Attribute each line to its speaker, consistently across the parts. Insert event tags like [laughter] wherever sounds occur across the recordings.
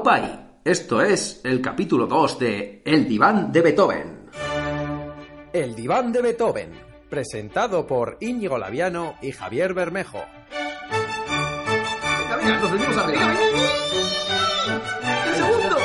Speaker 1: ¡Aupai! Esto es el capítulo 2 de El diván de Beethoven.
Speaker 2: El diván de Beethoven, presentado por Íñigo Laviano y Javier Bermejo.
Speaker 1: Venga, venga, nos venimos arriba.
Speaker 3: segundo!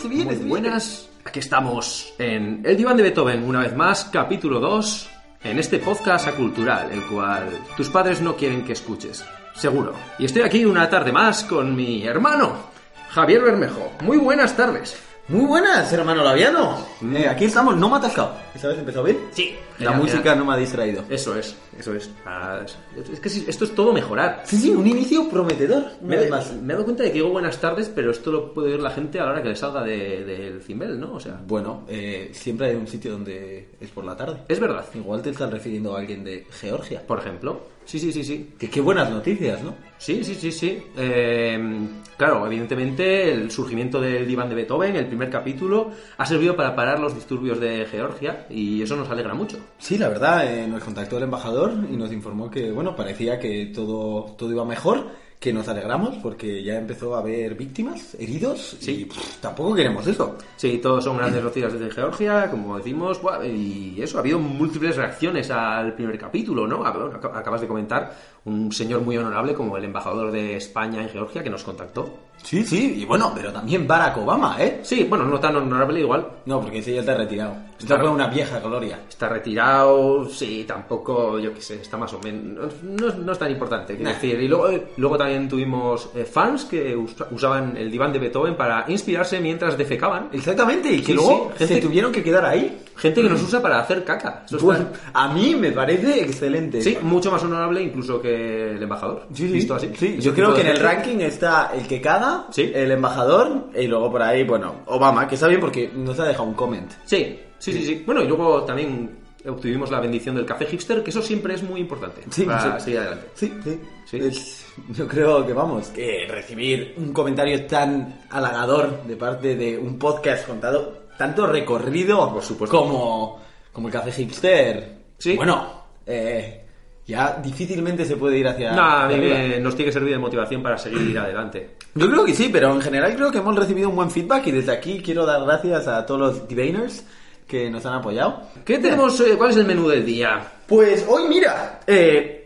Speaker 3: Si
Speaker 1: Muy
Speaker 3: vienes,
Speaker 1: buenas, aquí estamos en El diván de Beethoven, una vez más, capítulo 2, en este podcast acultural, el cual tus padres no quieren que escuches, seguro. Y estoy aquí una tarde más con mi hermano, Javier Bermejo. Muy buenas tardes.
Speaker 3: Muy buenas, hermano Laviano. Eh, aquí estamos, no me ha atascado. ¿Esta vez empezó bien?
Speaker 1: Sí.
Speaker 3: La música no me ha distraído.
Speaker 1: Eso es, eso es. Ah, es- Es que sí, esto es todo mejorar.
Speaker 3: Sí, sí, un inicio prometedor.
Speaker 1: Me,
Speaker 3: Una
Speaker 1: he
Speaker 3: vez
Speaker 1: me
Speaker 3: más.
Speaker 1: he dado cuenta de que digo buenas tardes, pero esto lo puede oír la gente a la hora que le salga de- del cimbel, ¿no? O sea,
Speaker 3: Bueno, eh, siempre hay un sitio donde es por la tarde.
Speaker 1: es verdad.
Speaker 3: Igual te estás refiriendo a alguien de Georgia.
Speaker 1: Por ejemplo. Sí, sí, sí, sí.
Speaker 3: Que qué buenas noticias, ¿no?
Speaker 1: Sí, sí, sí, sí. Eh, claro, evidentemente el surgimiento del diván de Beethoven, el primer capítulo, ha servido para parar los disturbios de Georgia y eso nos alegra mucho.
Speaker 3: Sí, la verdad, eh, nos contactó el embajador y nos informó que, bueno, parecía que todo, todo iba mejor, que nos alegramos porque ya empezó a haber víctimas, heridos,
Speaker 1: Sí.
Speaker 3: y pff, tampoco queremos eso.
Speaker 1: Sí, todos son grandes noticias desde Georgia, como decimos, buah, y eso, ha habido múltiples reacciones al primer capítulo, ¿no? Ah, bueno, ac- Acabas de comentar un señor muy honorable como el embajador de España en Georgia que nos contactó.
Speaker 3: Sí, sí, y bueno, pero también Barack Obama, ¿eh?
Speaker 1: Sí, bueno, no tan honorable igual.
Speaker 3: No, porque ese ya está retirado. Está con una vieja gloria.
Speaker 1: Está retirado, sí, tampoco, yo qué sé, está más o menos. No, es- no es tan importante, quiero
Speaker 3: Nah.
Speaker 1: decir. Y luego, eh, luego también tuvimos eh, fans que us- usaban el diván de Beethoven para inspirarse mientras defecaban.
Speaker 3: Exactamente, y que
Speaker 1: Sí,
Speaker 3: luego
Speaker 1: sí, gente-
Speaker 3: se tuvieron que quedar ahí.
Speaker 1: Gente
Speaker 3: [clears throat]
Speaker 1: que nos usa para hacer caca. Eso está-
Speaker 3: Pues, a mí me parece excelente.
Speaker 1: Sí, mucho más honorable incluso que el embajador.
Speaker 3: Sí, sí,
Speaker 1: visto así.
Speaker 3: sí.
Speaker 1: Ese
Speaker 3: Yo
Speaker 1: tipo
Speaker 3: creo
Speaker 1: de
Speaker 3: que en el
Speaker 1: gente.
Speaker 3: ranking está el que caga,
Speaker 1: Sí.
Speaker 3: el embajador y luego por ahí, bueno, Obama, que está bien porque nos ha dejado un comment.
Speaker 1: Sí, sí, sí, sí. Bueno, y luego también obtuvimos la bendición del café hipster, que eso siempre es muy importante.
Speaker 3: Sí,
Speaker 1: para
Speaker 3: sí.
Speaker 1: seguir adelante.
Speaker 3: Sí, sí.
Speaker 1: Sí.
Speaker 3: Es- yo creo que vamos, que recibir un comentario tan halagador de parte de un podcast contado tanto recorrido
Speaker 1: Por supuesto.
Speaker 3: como, como el café hipster.
Speaker 1: Sí.
Speaker 3: Bueno, eh, ya difícilmente se puede ir hacia.
Speaker 1: No, a mí
Speaker 3: hacia arriba.
Speaker 1: me- nos tiene que servir de motivación para
Speaker 3: [clears throat]
Speaker 1: seguir adelante.
Speaker 3: Yo creo que sí, pero en general creo que hemos recibido un buen feedback y desde aquí quiero dar gracias a todos los diviners que nos han apoyado.
Speaker 1: ¿Qué tenemos? eh, ¿Cuál es el menú del día?
Speaker 3: Pues hoy mira, eh,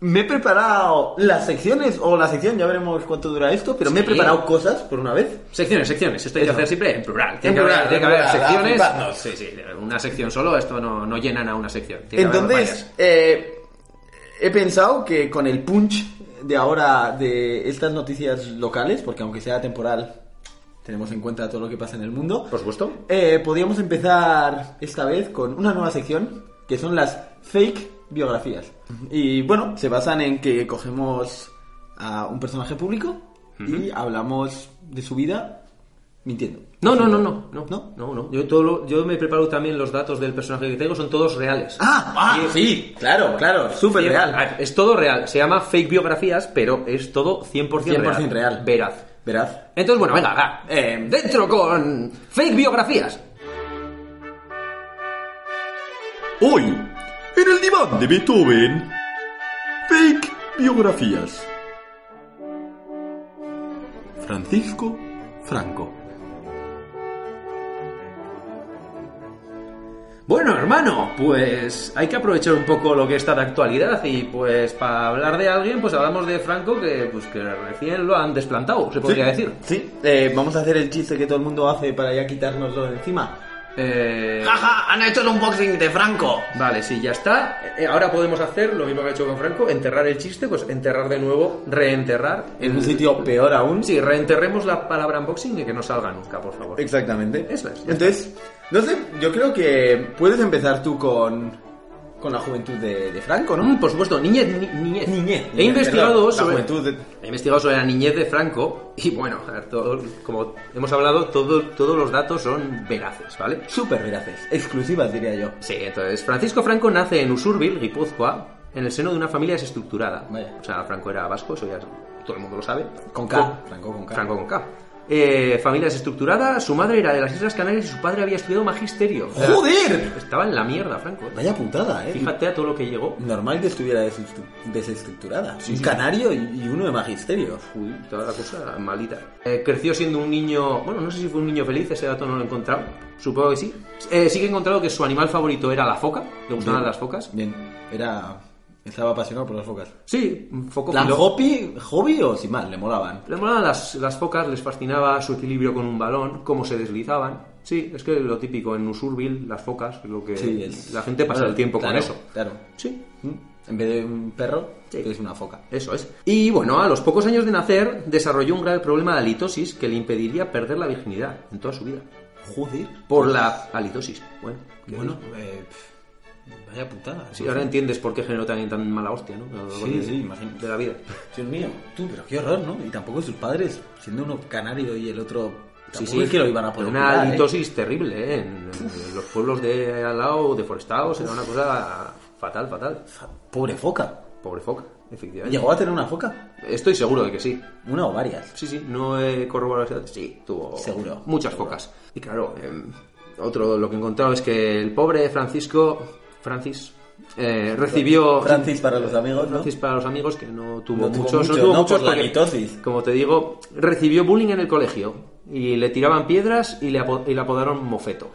Speaker 3: me he preparado las secciones, o la sección, ya veremos cuánto dura esto, pero me he
Speaker 1: Sí.
Speaker 3: preparado cosas por una vez.
Speaker 1: Secciones, secciones. Esto hay que hacer siempre en plural.
Speaker 3: En
Speaker 1: Tiene que haber,
Speaker 3: plural,
Speaker 1: tiene que
Speaker 3: en
Speaker 1: haber
Speaker 3: plural,
Speaker 1: secciones.
Speaker 3: a fliparnos.
Speaker 1: sí, sí. Una sección solo, esto no, no llenan a una sección. Tiene que haber
Speaker 3: Entonces,
Speaker 1: varias.
Speaker 3: eh, he pensado que con el punch de ahora de estas noticias locales, porque aunque sea temporal, tenemos en cuenta todo lo que pasa en el mundo.
Speaker 1: Por supuesto.
Speaker 3: Eh, podríamos empezar esta vez con una nueva sección que son las fake biografías. Y bueno, se basan en que cogemos a un personaje público y hablamos de su vida mintiendo.
Speaker 1: No, no, no, no, no,
Speaker 3: ¿No?
Speaker 1: no, no, Yo, todo lo- yo me preparo también los datos del personaje que tengo, son todos reales.
Speaker 3: Ah, ah, sí, claro, claro, súper
Speaker 1: Sí, a
Speaker 3: real.
Speaker 1: ver, Es todo real. Se llama fake biografías, pero es todo 100%,
Speaker 3: 100% real.
Speaker 1: Veraz.
Speaker 3: Verás. Em,
Speaker 1: Entonces, bueno, venga, va. Eh, dentro con fake biografías.
Speaker 4: Hoy, en el diván de Beethoven, fake biografías. Francisco Franco.
Speaker 1: Bueno, hermano, pues hay que aprovechar un poco lo que está de actualidad y pues para hablar de alguien, pues hablamos de Franco que pues que recién lo han desplantado, se podría decir.
Speaker 3: Sí, eh, vamos a hacer el chiste que todo el mundo hace para ya quitárnoslo de encima.
Speaker 1: Eh,
Speaker 3: ¡Jaja! Ah, ¡Han hecho el unboxing de Franco!
Speaker 1: Vale, sí, ya está. Eh, Ahora podemos hacer lo mismo que ha hecho con Franco, enterrar el chiste, pues enterrar de nuevo, reenterrar.
Speaker 3: En un sitio peor aún.
Speaker 1: Sí, reenterremos la palabra unboxing y que no salga nunca, por favor.
Speaker 3: Exactamente.
Speaker 1: Eso es.
Speaker 3: Entonces, no sé, yo creo que puedes empezar tú con, con la juventud de, de Franco, ¿no?
Speaker 1: Mm, por supuesto, niñez, ni- niñez.
Speaker 3: Niñez.
Speaker 1: He investigado
Speaker 3: Perdón, la
Speaker 1: sobre.
Speaker 3: juventud de-
Speaker 1: He investigado sobre la niñez de Franco y bueno, a ver, todo- como hemos hablado, todo- todos los datos son veraces, ¿vale?
Speaker 3: Súper veraces, exclusivas diría yo.
Speaker 1: Sí, entonces, Francisco Franco nace en Usurbil, Guipúzcoa, en el seno de una familia desestructurada.
Speaker 3: Vaya.
Speaker 1: O sea, Franco era vasco, eso ya todo el mundo lo sabe.
Speaker 3: Con K, Franco con K.
Speaker 1: Franco con K. eh, familia desestructurada, su madre era de las Islas Canarias y su padre había estudiado magisterio. O sea,
Speaker 3: ¡Joder!
Speaker 1: Estaba en la mierda, Franco. ¿eh?
Speaker 3: Vaya putada, ¿eh?
Speaker 1: Fíjate a todo lo que llegó.
Speaker 3: Normal que estuviera desestru- desestructurada. un canario y, y uno de magisterio.
Speaker 1: Uy, toda la cosa malita. Eh, creció siendo un niño. Bueno, no sé si fue un niño feliz, ese dato no lo he encontrado. Supongo que sí. Eh, sí que he encontrado que su animal favorito era la foca. Le gustaban
Speaker 3: Bien.
Speaker 1: las focas.
Speaker 3: Bien, era... Estaba apasionado por las focas.
Speaker 1: Sí, un foco
Speaker 3: ¿La
Speaker 1: filó-
Speaker 3: hobby, hobby o sin más? Le molaban.
Speaker 1: Le molaban las, las focas, les fascinaba su equilibrio con un balón, cómo se deslizaban. Sí, es que lo típico en Usurbil, las focas, es lo que
Speaker 3: Sí, es-
Speaker 1: la gente pasa
Speaker 3: Bueno,
Speaker 1: el tiempo con
Speaker 3: claro,
Speaker 1: eso.
Speaker 3: Claro.
Speaker 1: Sí,
Speaker 3: ¿Mm? En vez de un perro,
Speaker 1: Sí.
Speaker 3: es una foca.
Speaker 1: eso es. Y bueno, a los pocos años de nacer desarrolló un grave problema de halitosis que le impediría perder la virginidad en toda su vida.
Speaker 3: Joder.
Speaker 1: Por la halitosis. Bueno, ¿qué
Speaker 3: Bueno,
Speaker 1: dices?
Speaker 3: eh, pf, vaya putada.
Speaker 1: Sí, ahora entiendes por qué generó tan, tan mala hostia, ¿no?
Speaker 3: Sí, sí, imagino.
Speaker 1: De la vida.
Speaker 3: Dios mío, tú, pero qué horror, ¿no? Y tampoco sus padres, siendo uno canario y el otro...
Speaker 1: Sí,
Speaker 3: tampoco
Speaker 1: sí,
Speaker 3: es que lo iban a poder
Speaker 1: Una
Speaker 3: curar, ¿eh?
Speaker 1: halitosis terrible, ¿eh? En, en los pueblos de al lado, deforestados, era una cosa fatal, fatal.
Speaker 3: Pobre foca.
Speaker 1: Pobre foca, efectivamente.
Speaker 3: ¿Llegó a tener una foca?
Speaker 1: Estoy seguro de que sí.
Speaker 3: Una o varias.
Speaker 1: Sí, sí, no he corroborado esa- Sí, tuvo
Speaker 3: Seguro.
Speaker 1: muchas focas. Y claro, eh, otro lo que he encontrado es que el pobre Francisco, Francis, eh, recibió...
Speaker 3: Francis para los amigos, ¿no?
Speaker 1: Francis para los amigos que no tuvo
Speaker 3: No tuvo
Speaker 1: muchos,
Speaker 3: mucho,
Speaker 1: no tuvo
Speaker 3: no,
Speaker 1: muchos
Speaker 3: por la
Speaker 1: porque,
Speaker 3: mitosis.
Speaker 1: como te digo, recibió bullying en el colegio y le tiraban piedras y le, apo- y le apodaron
Speaker 3: [laughs]
Speaker 1: Mofeto.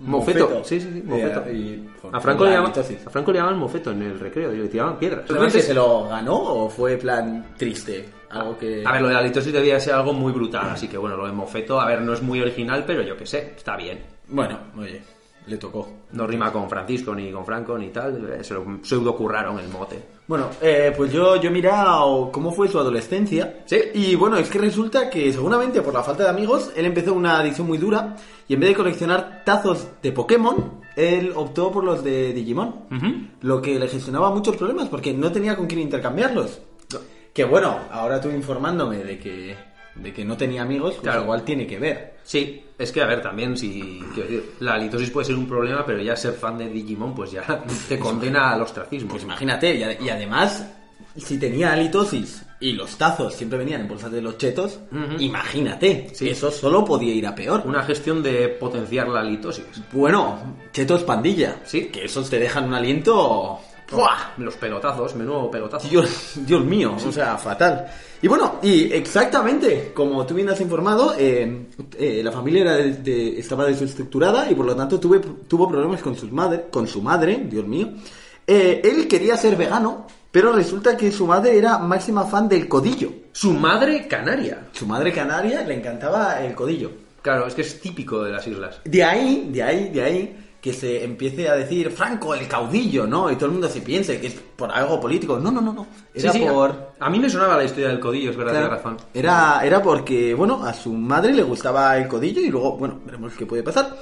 Speaker 1: Mofeto,
Speaker 3: Mofeto.
Speaker 1: sí, sí, sí,
Speaker 3: Y-
Speaker 1: Mofeto.
Speaker 3: y-
Speaker 1: a, Franco
Speaker 3: la
Speaker 1: le llama-
Speaker 3: mitosis.
Speaker 1: a Franco le llamaban Mofeto en el recreo y le tiraban piedras.
Speaker 3: ¿Pero ¿Realmente se lo ganó o fue plan triste? Algo que...
Speaker 1: A ver, lo de la litosis debía ser algo muy brutal, así que bueno, lo de Mofeto, a ver, no es muy original, pero yo qué sé, está bien.
Speaker 3: Bueno, oye, le tocó.
Speaker 1: No rima con Francisco, ni con Franco, ni tal, eh, se lo pseudo curraron el mote.
Speaker 3: Bueno, eh, pues yo, yo he mirado cómo fue su adolescencia.
Speaker 1: Sí.
Speaker 3: Y bueno, es que resulta que seguramente por la falta de amigos, él empezó una adicción muy dura y en vez de coleccionar tazos de Pokémon, él optó por los de Digimon.
Speaker 1: Mm.
Speaker 3: Lo que le gestionaba muchos problemas porque no tenía con quién intercambiarlos. Que bueno, ahora tú informándome de que, de que no tenía amigos, pues
Speaker 1: Claro.
Speaker 3: igual tiene que ver.
Speaker 1: Sí, es que a ver, también si quiero decir, la litosis puede ser un problema, pero ya ser fan de Digimon, pues ya [laughs] te condena al ostracismo.
Speaker 3: Pues imagínate, y, ade- y además, si tenía halitosis y los tazos siempre venían en bolsas de los chetos,
Speaker 1: Ujú.
Speaker 3: imagínate,
Speaker 1: Sí.
Speaker 3: eso solo podía ir a peor.
Speaker 1: Una gestión de potenciar la litosis.
Speaker 3: Bueno, chetos pandilla,
Speaker 1: Sí.
Speaker 3: que esos te dejan un aliento... ¡Fua!
Speaker 1: Los pelotazos, menudo pelotazo.
Speaker 3: Dios, Dios mío, o sea, fatal. Y bueno, y exactamente, como tú bien has informado, eh, eh, la familia era de- de- estaba desestructurada y por lo tanto tuve, tuvo problemas con, sus madre, con su madre, Dios mío. Eh, él quería ser vegano, pero resulta que su madre era máxima fan del codillo.
Speaker 1: Su madre canaria.
Speaker 3: Su madre canaria le encantaba el codillo.
Speaker 1: Claro, es que es típico de las islas.
Speaker 3: De ahí, de ahí, de ahí, que se empiece a decir Franco el caudillo, ¿no? Y todo el mundo se piense que es por algo político. No, no, no, no. Era
Speaker 1: Sí, sí,
Speaker 3: por...
Speaker 1: A mí me sonaba la historia del codillo, es verdad,
Speaker 3: Claro,
Speaker 1: tienes razón.
Speaker 3: Era, era porque, bueno, a su madre le gustaba el codillo y luego, bueno, veremos qué puede pasar.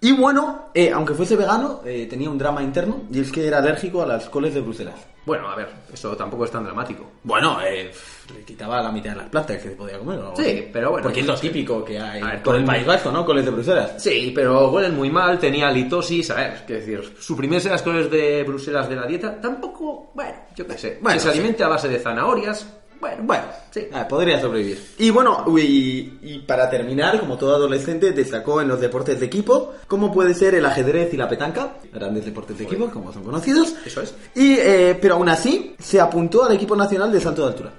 Speaker 3: Y bueno, eh, aunque fuese vegano, eh, tenía un drama interno y es que era alérgico a las coles de Bruselas.
Speaker 1: Bueno, a ver, eso tampoco es tan dramático.
Speaker 3: Bueno, eh, le quitaba la mitad de las plantas que se podía comer. ¿no?
Speaker 1: Sí, pero bueno,
Speaker 3: Porque es lo
Speaker 1: sí.
Speaker 3: típico que hay
Speaker 1: A ver,
Speaker 3: con el
Speaker 1: con-
Speaker 3: País Vasco, ¿no? Coles de Bruselas.
Speaker 1: Sí, pero huelen muy mal, tenía litosis, a ver, qué decir, suprimirse las cosas de Bruselas de la dieta tampoco, bueno, yo qué sé.
Speaker 3: Bueno,
Speaker 1: que se
Speaker 3: sí.
Speaker 1: alimente a base de zanahorias, bueno,
Speaker 3: Bueno,
Speaker 1: sí.
Speaker 3: ah, podría sobrevivir. Y bueno, y, y para terminar, como todo adolescente, destacó en los deportes de equipo, como puede ser el ajedrez y la petanca, grandes deportes de equipo, como son conocidos.
Speaker 1: Eso es.
Speaker 3: Y, eh, pero aún así, se apuntó al equipo nacional de salto de altura.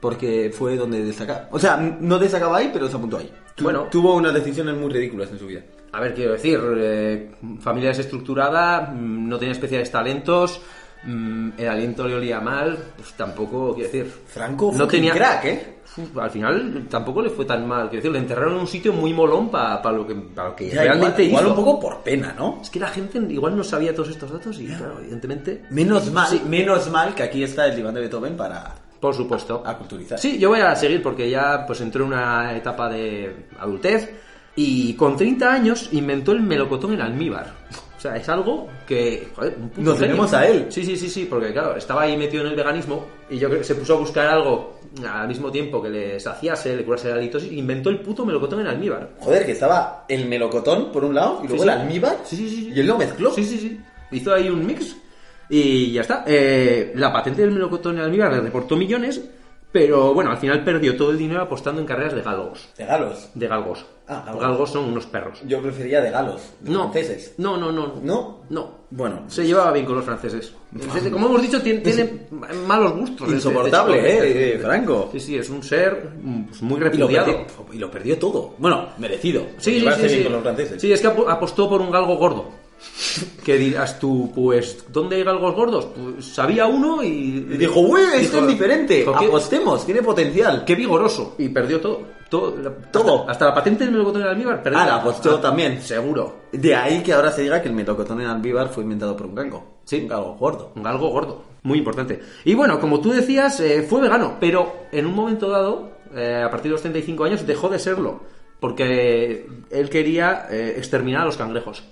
Speaker 3: Porque fue donde destacaba. O sea, n- no destacaba ahí, pero se apuntó ahí. Tu-
Speaker 1: Bueno.
Speaker 3: Tuvo unas decisiones muy ridículas en su vida.
Speaker 1: A ver, quiero decir, eh, familia desestructurada, mm, no tenía especiales talentos, mm, el aliento le olía mal, pues tampoco, quiero decir...
Speaker 3: Franco fue
Speaker 1: no
Speaker 3: un
Speaker 1: tenía
Speaker 3: crack, ¿eh?
Speaker 1: Uf, Al final tampoco le fue tan mal, quiero decir, le enterraron en un sitio muy molón para lo que, pa lo que
Speaker 3: Ya,
Speaker 1: realmente
Speaker 3: igual, igual
Speaker 1: hizo.
Speaker 3: un poco por pena, ¿no?
Speaker 1: Es que la gente igual no sabía todos estos datos y, claro, evidentemente...
Speaker 3: Menos mal, menos mal que aquí está el diván de Beethoven para
Speaker 1: Por supuesto.
Speaker 3: aculturizar.
Speaker 1: Sí, yo voy a seguir porque ya pues entró en una etapa de adultez y con 30 años inventó el melocotón en almíbar. O sea, es algo que... Joder, un puto
Speaker 3: Nos
Speaker 1: genio.
Speaker 3: debemos a él.
Speaker 1: Sí, sí, sí, sí, porque claro, estaba ahí metido en el veganismo y yo creo que se puso a buscar algo al mismo tiempo que le saciase, le curase la halitosis, inventó el puto melocotón en almíbar.
Speaker 3: Joder, que estaba el melocotón por un lado y luego
Speaker 1: Sí, sí.
Speaker 3: el almíbar.
Speaker 1: Sí, sí, sí, sí.
Speaker 3: Y él lo mezcló.
Speaker 1: Sí, sí, sí. Hizo ahí un mix y ya está. Eh, la patente del melocotón en almíbar le reportó millones, Pero bueno, al final perdió todo el dinero apostando en carreras de galgos.
Speaker 3: De galos.
Speaker 1: De galgos.
Speaker 3: Ah, galgos.
Speaker 1: galgos son unos perros.
Speaker 3: Yo prefería de galos. de
Speaker 1: No,
Speaker 3: Franceses.
Speaker 1: no, no, no.
Speaker 3: ¿No?
Speaker 1: No.
Speaker 3: Bueno.
Speaker 1: Se llevaba bien con los franceses. Como hemos dicho, tien- tiene, malos gustos.
Speaker 3: Insoportable,
Speaker 1: De- de- de-
Speaker 3: eh, eh, Franco.
Speaker 1: Sí, sí, es un ser mm, pues, muy
Speaker 3: Y lo, perdió,
Speaker 1: repudiado.
Speaker 3: y lo perdió todo. Bueno, merecido.
Speaker 1: Sí,
Speaker 3: porque
Speaker 1: sí,
Speaker 3: va a
Speaker 1: sí,
Speaker 3: seguir
Speaker 1: sí.
Speaker 3: con los franceses.
Speaker 1: Sí, es que ap- apostó por un galgo gordo. Que dirás tú, pues, ¿dónde hay galgos gordos? Pues sabía uno y...
Speaker 3: Y dijo, güey, esto
Speaker 1: dijo,
Speaker 3: es diferente.
Speaker 1: dijo, "Qué-
Speaker 3: Apostemos, tiene potencial.
Speaker 1: Qué vigoroso. Y perdió todo. Todo. la-
Speaker 3: Todo.
Speaker 1: Hasta, hasta la patente del melocotón de almíbar perdió.
Speaker 3: Ah, la apostó también.
Speaker 1: Seguro.
Speaker 3: De ahí que ahora se diga que el melocotón en almíbar fue inventado por un gango.
Speaker 1: Sí.
Speaker 3: Un galgo gordo.
Speaker 1: Un galgo gordo. Muy importante. Y bueno, como tú decías, eh, fue vegano. Pero en un momento dado, eh, a partir de los 35 años, dejó de serlo. Porque él quería eh, exterminar a los cangrejos.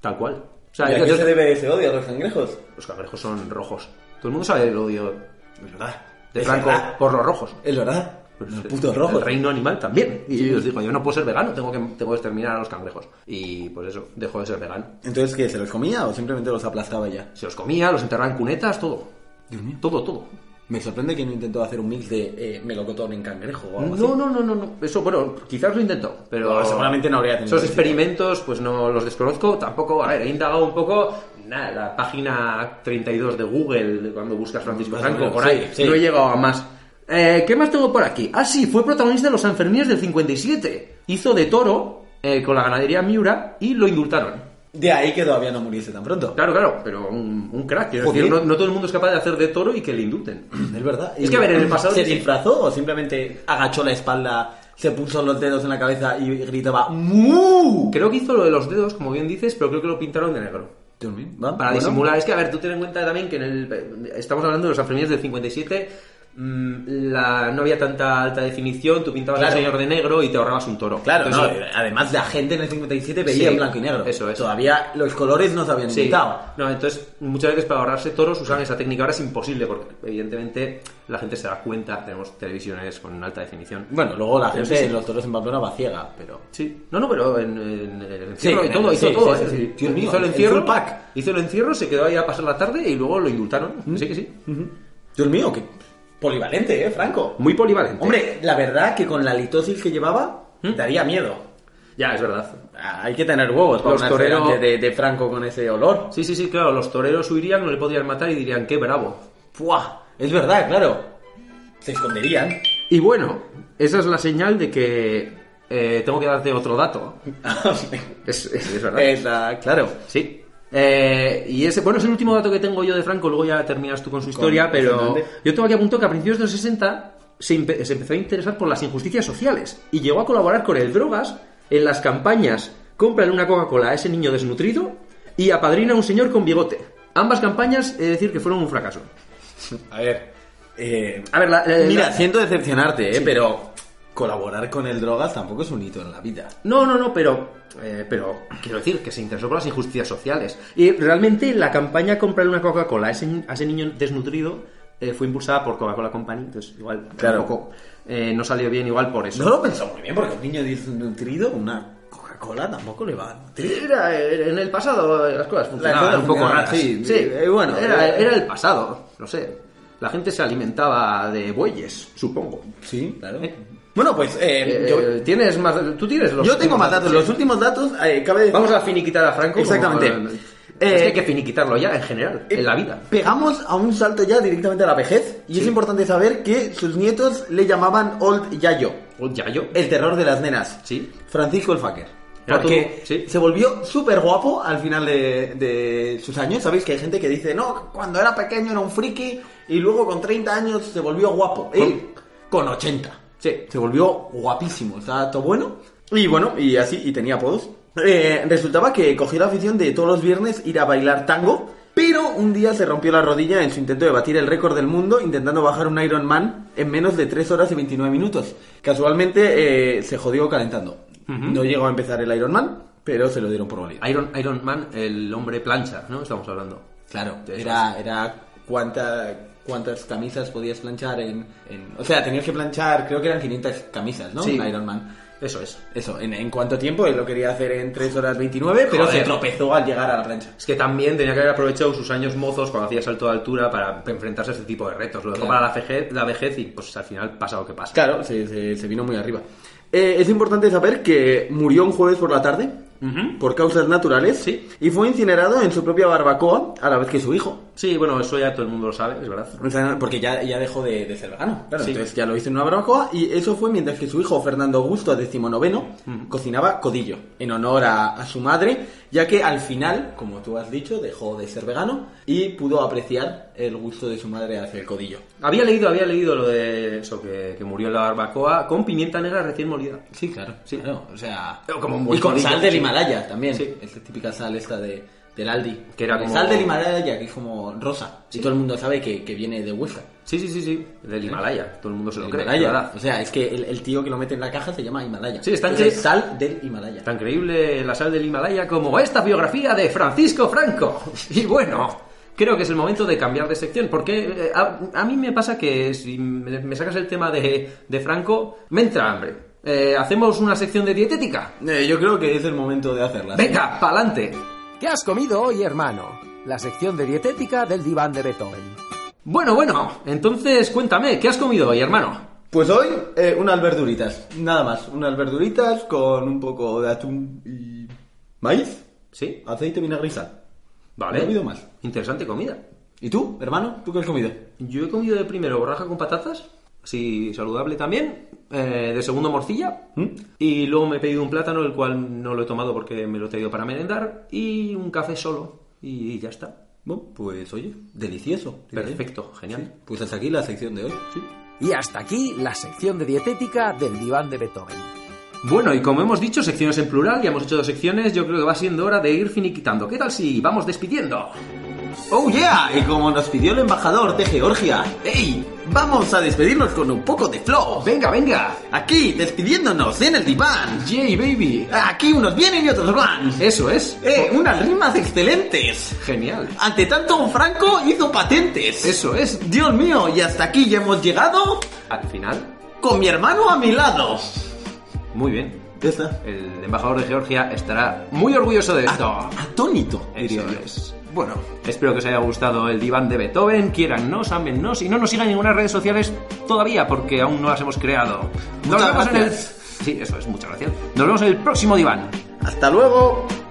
Speaker 1: Tal cual. O sea,
Speaker 3: ¿Y a
Speaker 1: yo-
Speaker 3: qué se debe ese odio a los cangrejos?
Speaker 1: Los cangrejos son rojos. Todo el mundo sabe el odio
Speaker 3: Es verdad.
Speaker 1: de
Speaker 3: Es
Speaker 1: Franco
Speaker 3: verdad.
Speaker 1: por los rojos. [laughs]
Speaker 3: Es verdad. Los
Speaker 1: Pues,
Speaker 3: putos
Speaker 1: el-
Speaker 3: rojos.
Speaker 1: El reino animal también. Y ellos dijo, yo no puedo ser vegano, tengo que, tengo que exterminar a los cangrejos. Y pues eso, dejó de ser vegano.
Speaker 3: Entonces, ¿qué? ¿Se los comía o simplemente los aplastaba ya?
Speaker 1: Se los comía, los enterraba en cunetas, todo.
Speaker 3: Dios mío.
Speaker 1: Todo, todo.
Speaker 3: Me sorprende que no intentó hacer un mix de eh, melocotón en cangrejo o algo así.
Speaker 1: No, no, no, no, no. Eso, bueno, quizás lo intentó, pero...
Speaker 3: No, seguramente no habría tenido
Speaker 1: Esos
Speaker 3: éxito.
Speaker 1: experimentos, pues no los desconozco. Tampoco, a ver, he indagado un poco... Nada, la página 32 de Google, cuando buscas Francisco
Speaker 3: Más o
Speaker 1: Franco,
Speaker 3: menos,
Speaker 1: por ahí.
Speaker 3: sí, sí.
Speaker 1: No he llegado a más. Eh, ¿Qué más tengo por aquí? Ah, sí, fue protagonista de los Sanfermines del 57. Hizo de toro eh, con la ganadería Miura y lo indultaron.
Speaker 3: De ahí que todavía no muriese tan pronto.
Speaker 1: Claro, claro, pero un, un crack. quiero
Speaker 3: Joder.
Speaker 1: decir, no, no todo el mundo es capaz de hacer de toro y que le indulten.
Speaker 3: Es verdad.
Speaker 1: Es que, a ver, en el pasado-
Speaker 3: ¿Se disfrazó o simplemente agachó la espalda, se puso los dedos en la cabeza y gritaba ¡Mu!
Speaker 1: Creo que hizo lo de los dedos, como bien dices, pero creo que lo pintaron de negro.
Speaker 3: Dios mío, va,
Speaker 1: Para
Speaker 3: bueno.
Speaker 1: disimular. Es que, a ver, tú ten en cuenta también que en el. Estamos hablando de los Sanfermines del 57. mm, La, no había tanta alta definición, tú pintabas
Speaker 3: Claro.
Speaker 1: al señor de negro y te ahorrabas un toro.
Speaker 3: Claro, no,
Speaker 1: Entonces,
Speaker 3: eh, además la gente en el 57 veía
Speaker 1: Sí,
Speaker 3: en blanco y negro.
Speaker 1: eso es.
Speaker 3: Todavía los colores no se habían
Speaker 1: Sí.
Speaker 3: inventado.
Speaker 1: No, entonces muchas veces para ahorrarse toros usan esa técnica. Ahora es imposible porque evidentemente la gente se da cuenta. Tenemos televisiones con alta definición.
Speaker 3: Bueno, luego la
Speaker 1: Pero
Speaker 3: gente
Speaker 1: sí, sí.
Speaker 3: en los toros en Pamplona va ciega, pero...
Speaker 1: Sí. No, no, pero en, en- en el
Speaker 3: Sí,
Speaker 1: encierro
Speaker 3: en
Speaker 1: y todo,
Speaker 3: el-
Speaker 1: hizo
Speaker 3: sí,
Speaker 1: todo.
Speaker 3: sí,
Speaker 1: ¿eh?
Speaker 3: sí, sí. Dios mío,
Speaker 1: hizo el
Speaker 3: el
Speaker 1: encierro,
Speaker 3: full pack. Mm.
Speaker 1: hizo el encierro, se quedó ahí a pasar la tarde y luego lo indultaron. Sí que sí.
Speaker 3: Dios mío, que polivalente, ¿eh, Franco?
Speaker 1: Muy polivalente.
Speaker 3: Hombre, la verdad que con la litosis que llevaba, daría miedo.
Speaker 1: Ya, es verdad.
Speaker 3: Ah, Hay que tener huevos para
Speaker 1: Los
Speaker 3: ponerse
Speaker 1: toreros-
Speaker 3: delante de, de Franco con ese olor.
Speaker 1: Sí, sí, sí, claro, los toreros huirían, no le podrían matar y dirían, qué bravo.
Speaker 3: ¡Fua! Es verdad, claro. Se esconderían. [laughs]
Speaker 1: Y bueno, esa es la señal de que eh, tengo que darte otro dato. Es, es- es verdad.
Speaker 3: Es la- claro.
Speaker 1: Sí. Eh, y ese, bueno, es el último dato que tengo yo de Franco, luego ya terminas tú con su historia, pero
Speaker 3: Fernández.
Speaker 1: yo tengo aquí apuntado que a principios de los 60 se, empe- se empezó a interesar por las injusticias sociales y llegó a colaborar con el Drogas en las campañas Cómprale una Coca-Cola a ese niño desnutrido y Apadrina a un señor con bigote. Ambas campañas, he de decir que fueron un fracaso.
Speaker 3: A ver. eh,
Speaker 1: A ver, la- la-
Speaker 3: mira,
Speaker 1: la-
Speaker 3: siento decepcionarte, ¿eh? Pero colaborar con el drogas tampoco es un hito en la vida.
Speaker 1: No, no, no, pero. eh, pero quiero decir que se interesó por las injusticias sociales. Y realmente la campaña Comprarle una Coca-Cola a ese, ni- a ese niño desnutrido eh, fue impulsada por Coca-Cola Company, entonces igual
Speaker 3: Claro.
Speaker 1: tampoco, eh, no salió bien igual por eso.
Speaker 3: No lo pensó muy bien porque un niño desnutrido, una Coca-Cola tampoco le va a nutrir.
Speaker 1: Era, eh, en el pasado eh, las cosas funcionaban
Speaker 3: cosas
Speaker 1: un poco
Speaker 3: funcionaban,
Speaker 1: raras.
Speaker 3: sí, eh, bueno,
Speaker 1: era,
Speaker 3: eh,
Speaker 1: era el pasado, no sé. La gente se alimentaba de bueyes, supongo.
Speaker 3: Sí, claro.
Speaker 1: Eh.
Speaker 3: Bueno, pues eh,
Speaker 1: Eh,
Speaker 3: yo,
Speaker 1: tienes más, tú tienes los
Speaker 3: yo tengo más datos.
Speaker 1: sí.
Speaker 3: Los últimos datos, eh, cabe decir-
Speaker 1: Vamos a finiquitar a Franco.
Speaker 3: Exactamente.
Speaker 1: como- es que
Speaker 3: Eh,
Speaker 1: hay que finiquitarlo ya en general, en la vida.
Speaker 3: Pegamos a un salto ya directamente a la vejez y es importante saber que sus nietos le llamaban Old Yayo,
Speaker 1: O Yayo.
Speaker 3: el terror de las nenas.
Speaker 1: Sí.
Speaker 3: Francisco el Faker.
Speaker 1: Era
Speaker 3: Porque
Speaker 1: todo, sí.
Speaker 3: se volvió súper guapo al final de, de sus años. Sabéis que hay gente que dice, no, cuando era pequeño era un friki y luego con 30 años se volvió guapo. Él, con 80.
Speaker 1: Sí.
Speaker 3: Se volvió guapísimo, estaba todo bueno. Y bueno, y así, y tenía apodos. Eh, resultaba que cogió la afición de todos los viernes ir a bailar tango, pero un día se rompió la rodilla en su intento de batir el récord del mundo intentando bajar un Iron Man en menos de 3 horas y 29 minutos. Casualmente eh, se jodió calentando. No llegó a empezar el Iron Man, pero se lo dieron por válido.
Speaker 1: Iron, Iron Man, el hombre plancha, ¿no? Estamos hablando.
Speaker 3: Claro,
Speaker 1: De eso
Speaker 3: era, era cuánta- cuántas camisas podías planchar en, en- O sea, tenías que planchar, creo que eran 500 camisas, ¿no?
Speaker 1: Sí.
Speaker 3: En Iron Man.
Speaker 1: Eso es.
Speaker 3: Eso, en, en cuánto tiempo, él lo quería hacer en 3 horas 29, pero
Speaker 1: Joder.
Speaker 3: se tropezó al llegar a la plancha.
Speaker 1: Es que también tenía que haber aprovechado sus años mozos cuando hacía salto de altura para enfrentarse a este tipo de retos. Lo dejó
Speaker 3: Claro.
Speaker 1: para la vejez, la vejez y pues al final pasa lo que pasa.
Speaker 3: Claro, se, se- se vino muy arriba. Eh, es importante saber que murió un jueves por la tarde,
Speaker 1: Ujú.
Speaker 3: por causas naturales,
Speaker 1: Sí.
Speaker 3: y fue incinerado en su propia barbacoa, a la vez que su hijo.
Speaker 1: Sí, bueno, eso ya todo el mundo lo sabe, es verdad.
Speaker 3: O sea, Porque ya, ya dejó de, de ser vegano. Claro,
Speaker 1: Sí.
Speaker 3: entonces ya lo hizo en una barbacoa y eso fue mientras que su hijo, Fernando Augusto, decimonoveno, cocinaba codillo en honor a, a su madre, ya que al final, como tú has dicho, dejó de ser vegano y pudo apreciar el gusto de su madre hacia el codillo.
Speaker 1: Había leído, había leído lo de eso, que, que murió en la barbacoa con pimienta negra recién molida.
Speaker 3: Sí, claro. Sí, claro. O sea,
Speaker 1: Pero como un buen
Speaker 3: y con
Speaker 1: codillo,
Speaker 3: sal del
Speaker 1: sí.
Speaker 3: Himalaya también.
Speaker 1: Sí.
Speaker 3: Esta típica sal esta de, del Aldi.
Speaker 1: Que era como-
Speaker 3: Sal del Himalaya, que es como rosa. Y todo el mundo sabe que, que viene de Huesca.
Speaker 1: Sí, sí, sí, sí. Del Himalaya, todo el mundo se lo
Speaker 3: El
Speaker 1: cree, la
Speaker 3: Himalaya.
Speaker 1: verdad.
Speaker 3: O sea, es que el, el tío que lo mete en la caja se llama Himalaya.
Speaker 1: Sí, está en
Speaker 3: Entonces,
Speaker 1: que-
Speaker 3: sal del Himalaya.
Speaker 1: Tan creíble la sal del Himalaya como esta biografía de Francisco Franco. [laughs] Y bueno, creo que es el momento de cambiar de sección, porque eh, a, a mí me pasa que si me, me sacas el tema de, de Franco, me entra hambre. Eh, ¿Hacemos una sección de dietética?
Speaker 3: Eh, yo creo que es el momento de hacerla.
Speaker 1: Venga, pa'lante.
Speaker 2: ¿Qué has comido hoy, hermano? La sección de dietética del diván de Beethoven.
Speaker 1: Bueno, bueno, entonces cuéntame, ¿qué has comido hoy, hermano?
Speaker 3: Pues hoy, eh, unas verduritas. Nada más. Unas verduritas con un poco de atún y maíz,
Speaker 1: ¿Sí?
Speaker 3: aceite, vinagre y sal.
Speaker 1: Vale.
Speaker 3: No he comido más.
Speaker 1: Interesante comida.
Speaker 3: ¿Y tú, hermano? ¿Tú qué has comido?
Speaker 1: Yo he comido de primero borraja con patatas, así saludable también. eh, de segundo morcilla.
Speaker 3: ¿Mm?
Speaker 1: Y luego me he pedido un plátano, el cual no lo he tomado porque me lo he traído para merendar. Y un café solo. Y ya está.
Speaker 3: Bueno, pues oye, delicioso.
Speaker 1: Perfecto, genial.
Speaker 3: Pues hasta aquí la sección de hoy.
Speaker 2: Y hasta aquí la sección de dietética del diván de Beethoven.
Speaker 1: Bueno, y como hemos dicho, secciones en plural, ya hemos hecho dos secciones, yo creo que va siendo hora de ir finiquitando. ¿Qué tal si vamos despidiendo?
Speaker 3: ¡Oh yeah! Y como nos pidió el embajador de Georgia, ¡hey! Vamos a despedirnos con un poco de
Speaker 2: Oh.
Speaker 3: flow.
Speaker 1: ¡Venga, venga!
Speaker 3: Aquí, despidiéndonos en el diván.
Speaker 1: ¡Yay, baby!
Speaker 3: Aquí unos vienen y otros van.
Speaker 1: Eso es.
Speaker 3: Eh, unas rimas excelentes.
Speaker 1: Genial.
Speaker 3: Ante tanto, Franco hizo patentes.
Speaker 1: Eso es.
Speaker 3: Dios mío, y hasta aquí ya hemos llegado
Speaker 1: Al final,
Speaker 3: con mi hermano a mi lado.
Speaker 1: muy bien.
Speaker 3: Ya está.
Speaker 1: El embajador de Georgia estará muy orgulloso de esto.
Speaker 3: Atónito, diría
Speaker 1: Eso
Speaker 3: yo.
Speaker 1: es.
Speaker 3: Bueno,
Speaker 1: Espero que os haya gustado el diván de Beethoven. Quierannos, ámennos y no nos sigan en ninguna redes sociales todavía porque aún no las hemos creado. Nos
Speaker 3: Muchas
Speaker 1: vemos en el.
Speaker 3: gracias.
Speaker 1: Sí, eso es, muchas gracias. Nos vemos en el próximo diván.
Speaker 3: hasta luego.